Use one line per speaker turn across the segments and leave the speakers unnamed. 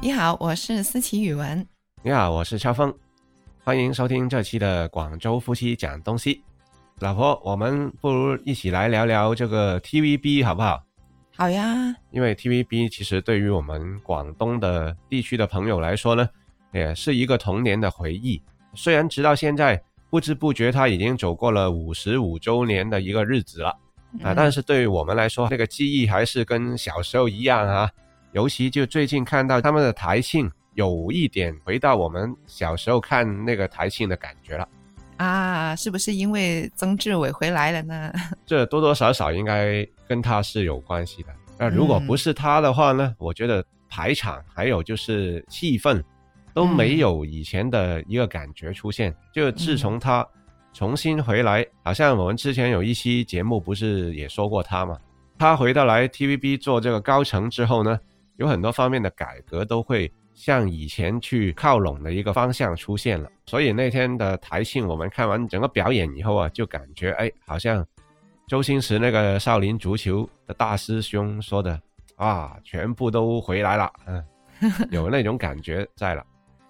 你好，我是思琪语文。
你好，我是超峰，欢迎收听这期的广州夫妻讲东西。老婆，我们不如一起来聊聊这个 TVB 好不好？
好呀，
因为 TVB 其实对于我们广东的地区的朋友来说呢，也是一个童年的回忆。虽然直到现在，不知不觉它已经走过了五十五周年的一个日子了啊，
嗯
但是对于我们来说，那个记忆还是跟小时候一样啊。尤其就最近看到他们的台庆，有一点回到我们小时候看那个台庆的感觉了。
啊，是不是因为曾志伟回来了呢？
这多多少少应该跟他是有关系的。那如果不是他的话呢，我觉得排场还有就是气氛都没有以前的一个感觉出现。就自从他重新回来，好像我们之前有一期节目不是也说过他嘛？他回到来 TVB 做这个高层之后呢，有很多方面的改革都会向以前去靠拢的一个方向出现了。所以那天的台庆，我们看完整个表演以后啊，就感觉哎，好像周星驰那个少林足球的大师兄说的啊，全部都回来了，嗯，有那种感觉在了。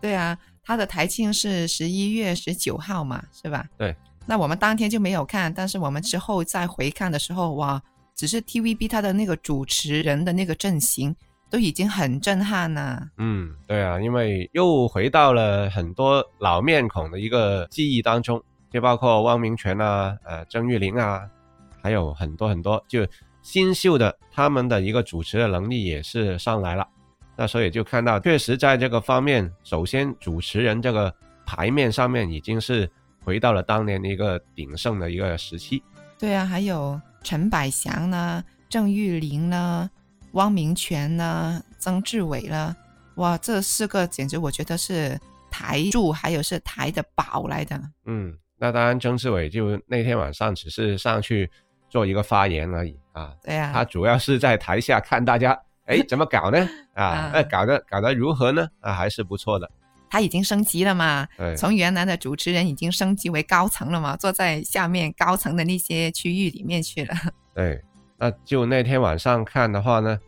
对啊，他的台庆是十一月十九号嘛，是吧？
对。
那我们当天就没有看，但是我们之后再回看的时候，哇，只是 TVB 他的那个主持人的那个阵型都已经很震撼了。
嗯，对啊，因为又回到了很多老面孔的一个记忆当中，就包括汪明荃啊、呃郑裕玲啊，还有很多很多就新秀的他们的一个主持的能力也是上来了。那所以就看到，确实在这个方面，首先主持人这个牌面上面已经是回到了当年的一个鼎盛的一个时期。
对啊，还有陈百祥呢，郑裕玲呢，汪明荃呢，曾志伟呢，哇，这四个简直我觉得是台柱，还有是台的宝来的。
嗯，那当然，曾志伟就那天晚上只是上去做一个发言而已啊，
对呀、
他主要是在台下看大家， 哎，怎么搞呢？啊
啊，
那搞得搞得如何呢？啊，还是不错的。
他已经升级了嘛，
对，
从原来的主持人已经升级为高层了嘛，坐在下面高层的那些区域里面去了。
对，那就那天晚上看的话呢，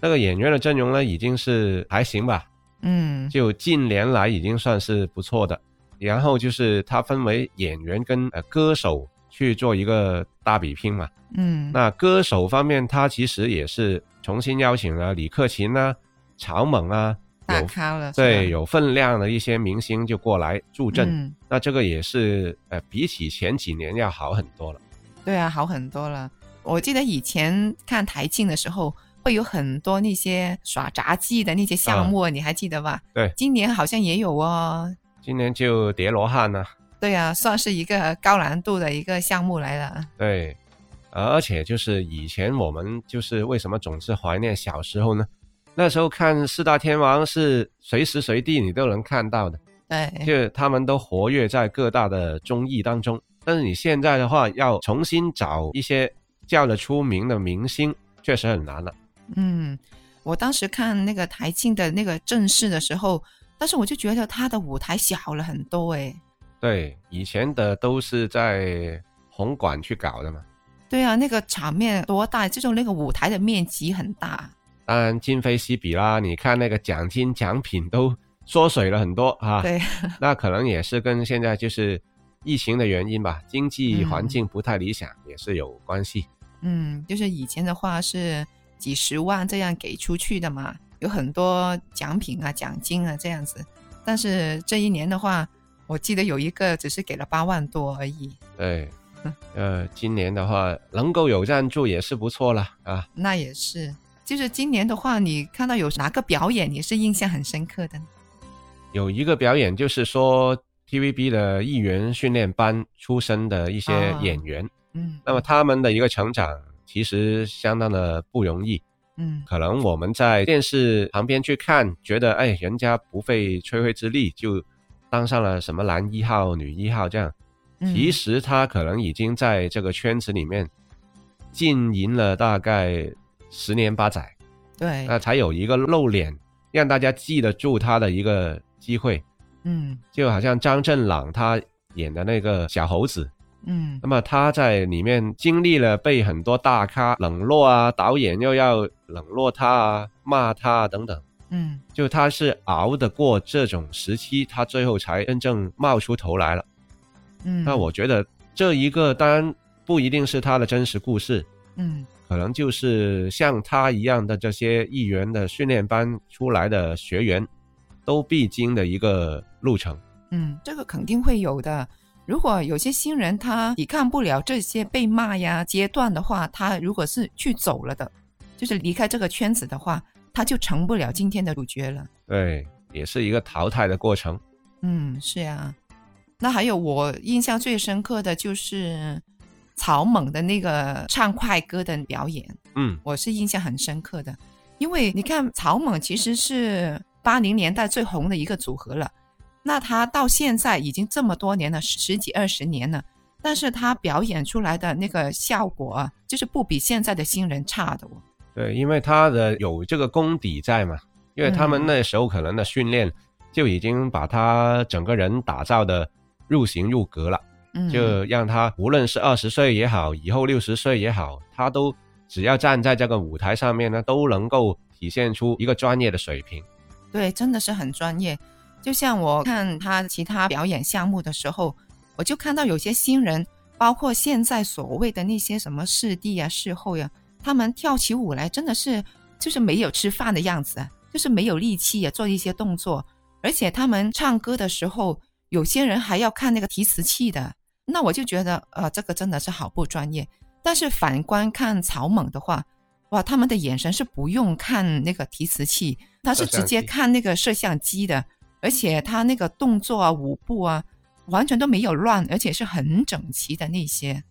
那个演员的阵容呢，已经是还行吧，
嗯，
就近年来已经算是不错的。然后就是它分为演员跟呃歌手去做一个大比拼嘛。
嗯，
那歌手方面，他其实也是重新邀请了李克勤啊、曹猛啊，
大
有
咖了，哎是吧
对，有分量的一些明星就过来助阵。
嗯，
那这个也是呃，比起前几年要好很多了。
对啊，好很多了。我记得以前看台庆的时候，会有很多那些耍杂技的那些项目，你还记得吧？
啊对
今年好像也有哦。
今年就叠罗汉呢、
对啊，算是一个高难度的一个项目来了。
对，呃而且就是以前我们就是为什么总是怀念小时候呢？那时候看四大天王是随时随地你都能看到的，
对，
就是他们都活跃在各大的综艺当中。但是你现在的话，要重新找一些叫得出名的明星，确实很难了。
嗯，我当时看那个台庆的那个正式的时候，但是我就觉得他的舞台小了很多诶。
对，以前的都是在红馆去搞的嘛。
对啊，那个场面多大，就是那个舞台的面积很大。
当然今非昔比啦，你看那个奖金奖品都缩水了很多啊。
对，
那可能也是跟现在就是疫情的原因吧，经济环境不太理想、也是有关系。
嗯，就是以前的话是几十万这样给出去的嘛，有很多奖品啊、奖金啊这样子。但是这一年的话，我记得有一个只是给了八万多而已，
对
嗯，
呃，今年的话能够有赞助也是不错了啊。
那也是。就是今年的话，你看到有哪个表演你是印象很深刻的呢？
有一个表演就是说 TVB 的艺员训练班出身的一些
啊
演员，
嗯，
那么他们的一个成长其实相当的不容易。
嗯
可能我们在电视旁边去看，觉得哎，人家不费吹灰之力就当上了什么男一号、女一号这样。
嗯
其实他可能已经在这个圈子里面浸淫了大概十年八载，
对，
那才有一个露脸让大家记得住他的一个机会。
嗯
就好像张振朗他演的那个小猴子，
嗯
那么他在里面经历了被很多大咖冷落啊，导演又要冷落他啊、骂他啊等等，
嗯
就他是熬得过这种时期，他最后才真正冒出头来了。
嗯，
那我觉得这一个当然不一定是他的真实故事，
嗯
可能就是像他一样的这些议员的训练班出来的学员都必经的一个路程。
嗯，这个肯定会有的。如果有些新人他抵抗不了这些被骂呀阶段的话，他如果是去走了的，就是离开这个圈子的话，他就成不了今天的主角了。
对，也是一个淘汰的过程。
嗯，是呀。那还有我印象最深刻的就是草蜢的那个唱快歌的表演，
嗯，
我是印象很深刻的，因为你看草蜢其实是八零年代最红的一个组合了，那他到现在已经这么多年了，十几二十年了，但是他表演出来的那个效果啊，就是不比现在的新人差的哦。
对，因为他的有这个功底在嘛，因为他们那时候可能的训练就已经把他整个人打造的入型入格了。
嗯，
就让他无论是二十岁也好，以后六十岁也好，他都只要站在这个舞台上面呢，都能够体现出一个专业的水平。
对，真的是很专业。就像我看他其他表演项目的时候，我就看到有些新人，包括现在所谓的那些什么师弟呀、事后呀，他们跳起舞来真的是就是没有吃饭的样子啊，就是没有力气呀、做一些动作。而且他们唱歌的时候，有些人还要看那个提词器的，那我就觉得呃，这个真的是好不专业。但是反观看草蜢的话，哇，他们的眼神是不用看那个提词器，他是直接
摄像机
看那个摄像机的，而且他那个动作啊、舞步啊，完全都没有乱，而且是很整齐的那些。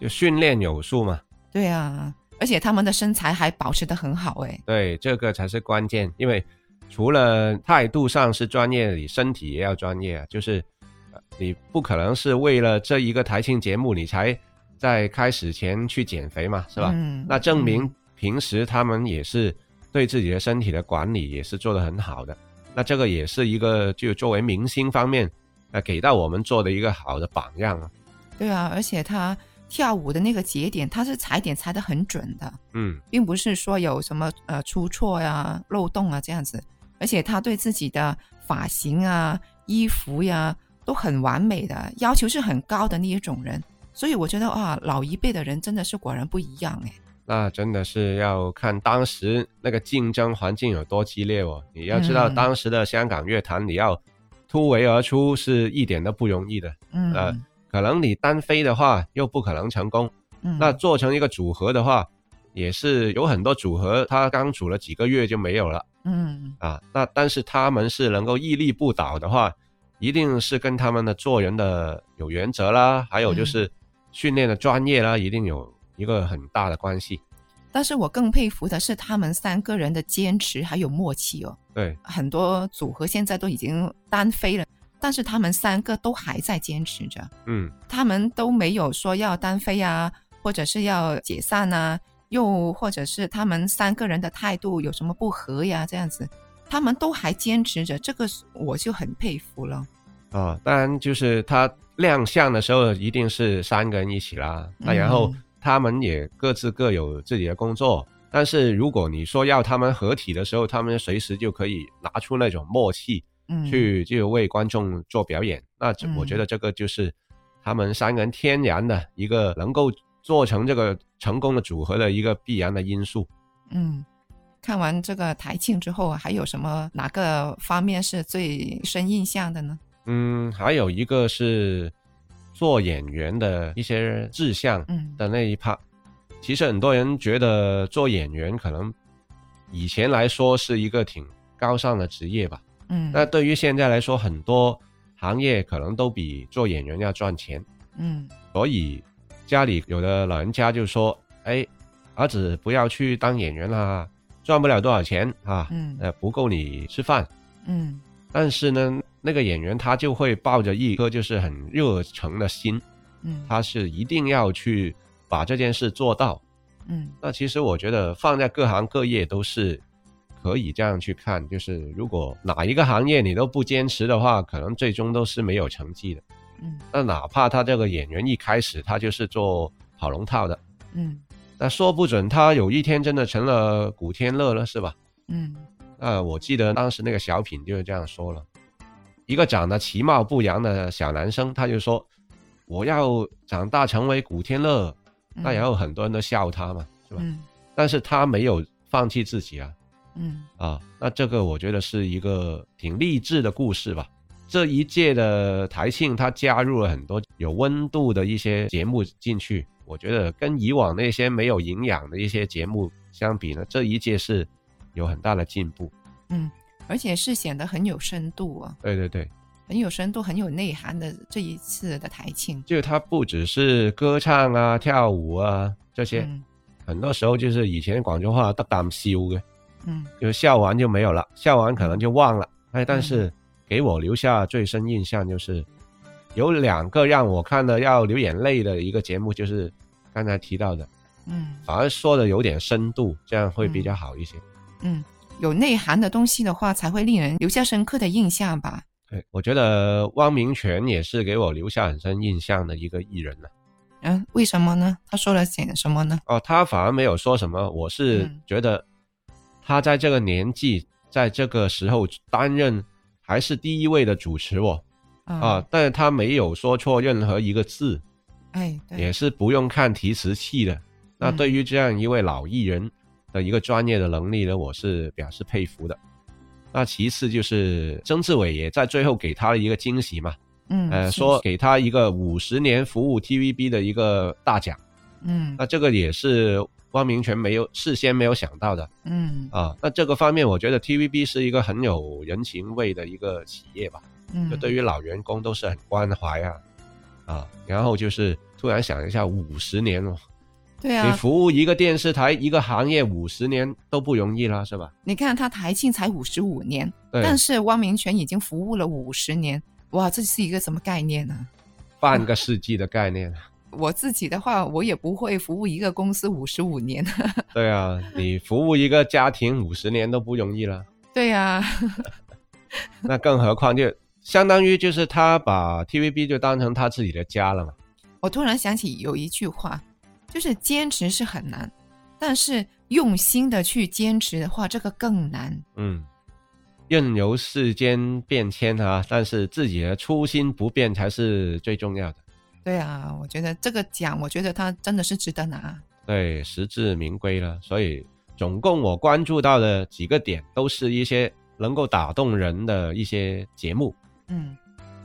就训练有素嘛，
对啊，而且他们的身材还保持得很好诶。
对，这个才是关键。因为除了态度上是专业，你身体也要专业啊。就是呃你不可能是为了这一个台庆节目，你才在开始前去减肥嘛，是吧？
嗯
那证明平时他们也是对自己的身体的管理也是做得很好的。那这个也是一个就作为明星方面，呃，给到我们做的一个好的榜样啊。
对啊，而且他跳舞的那个节点，他是踩点踩得很准的，
嗯，
并不是说有什么呃出错呀、漏洞啊这样子。而且他对自己的发型啊、衣服呀、都很完美的，要求是很高的那一种人。所以我觉得啊，老一辈的人真的是果然不一样哎。
那真的是要看当时那个竞争环境有多激烈哦。你要知道，
嗯
当时的香港乐坛，你要突围而出是一点都不容易的。
嗯，
呃可能你单飞的话，又不可能成功。
嗯
那做成一个组合的话，也是有很多组合，他刚组了几个月就没有了。
嗯
啊，那但是他们是能够屹立不倒的话，一定是跟他们的做人的有原则啦，还
嗯
有就是训练的专业啦，一定有一个很大的关系。
但是我更佩服的是他们三个人的坚持还有默契哦。
对，
很多组合现在都已经单飞了，但是他们三个都还在坚持着，
嗯，
他们都没有说要单飞啊，或者是要解散啊，又或者是他们三个人的态度有什么不合呀，这样子，他们都还坚持着，这个我就很佩服了。
啊，当然就是他亮相的时候一定是三个人一起啦，那然后
嗯
他们也各自各有自己的工作。但是如果你说要他们合体的时候，他们随时就可以拿出那种默契，
嗯，
去就为观众做表演。那这
嗯
我觉得这个就是他们三个人天然的一个能够做成这个成功的组合的一个必然的因素。
嗯，看完这个台庆之后啊，还有什么哪个方面是最深印象的呢？
嗯，还有一个是做演员的一些志向
嗯
的那一 part。其实很多人觉得做演员可能以前来说是一个挺高尚的职业吧，
嗯，
那对于现在来说，很多行业可能都比做演员要赚钱。
嗯
所以家里有的老人家就说：“哎，儿子不要去当演员啦，赚不了多少钱啊，
嗯
呃，不够你吃饭。
嗯”
但是呢，那个演员他就会抱着一颗就是很热诚的心，
嗯
他是一定要去把这件事做到。
嗯
那其实我觉得放在各行各业都是可以这样去看，就是如果哪一个行业你都不坚持的话，可能最终都是没有成绩的。
嗯
那哪怕他这个演员一开始他就是做跑龙套的，
嗯
那说不准他有一天真的成了古天乐了，是吧？
嗯
呃，我记得当时那个小品就是这样说了，一个长得其貌不扬的小男生，他就说我要长大成为古天乐，那然后很多人都笑他嘛，是吧？
嗯
但是他没有放弃自己啊，
嗯
啊，那这个我觉得是一个挺励志的故事吧。这一届的台庆，它加入了很多有温度的一些节目进去，我觉得跟以往那些没有营养的一些节目相比呢，这一届是有很大的进步。
嗯，而且是显得很有深度啊，
对对对，
很有深度、很有内涵的这一次的台庆。
就它不只是歌唱啊、跳舞啊这些，
嗯
很多时候就是以前广州话得啖笑嘅，
嗯
就笑完就没有了，笑完可能就忘了。哎，但是给我留下最深印象就是，有两个让我看了要流眼泪的一个节目，就是刚才提到的，
嗯
反而说的有点深度，这样会比较好一些。
嗯，有内涵的东西的话，才会令人留下深刻的印象吧。
对，我觉得汪明荃也是给我留下很深印象的一个艺人了、
嗯，为什么呢？他说了点什么呢？
哦，他反而没有说什么，我是
嗯
觉得他在这个年纪，在这个时候担任还是第一位的主持哦，
嗯
啊，，但是他没有说错任何一个字，
哎，
也
对，嗯
是不用看提词器的。那对于这样一位老艺人的一个专业的能力呢，我是表示佩服的。那其次就是曾志伟也在最后给他了一个惊喜嘛，
嗯，
呃，
是
说，给他一个五十年服务 TVB 的一个大奖，
嗯
那这个也是汪明荃没有事先没有想到的
嗯
啊。那这个方面，我觉得 TVB 是一个很有人情味的一个企业吧。
嗯，
就对于老员工都是很关怀啊，啊，然后就是突然想一下，五十年哦，
对
你
啊，
服务一个电视台一个行业五十年都不容易啦，是吧？
你看他台庆才五十五年，
对，
但是汪明荃已经服务了五十年，哇，这是一个什么概念呢、
半个世纪的 概念，
我自己的话，我也不会服务一个公司五十五年。
对啊，你服务一个家庭五十年都不容易了，
对呀、
那更何况就相当于就是他把 TVB 就当成他自己的家了嘛，
我突然想起有一句话，就是坚持是很难，但是用心的去坚持的话，这个更难。
嗯。任由世间变迁啊，但是自己的初心不变才是最重要的。
对啊，我觉得这个奖，我觉得他真的是值得拿。
对，实至名归了。所以总共我关注到的几个点，都是一些能够打动人的一些节目。
嗯，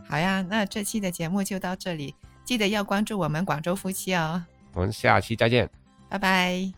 好呀，那这期的节目就到这里，记得要关注我们广州夫妻哦，
我们下期再见。
拜拜。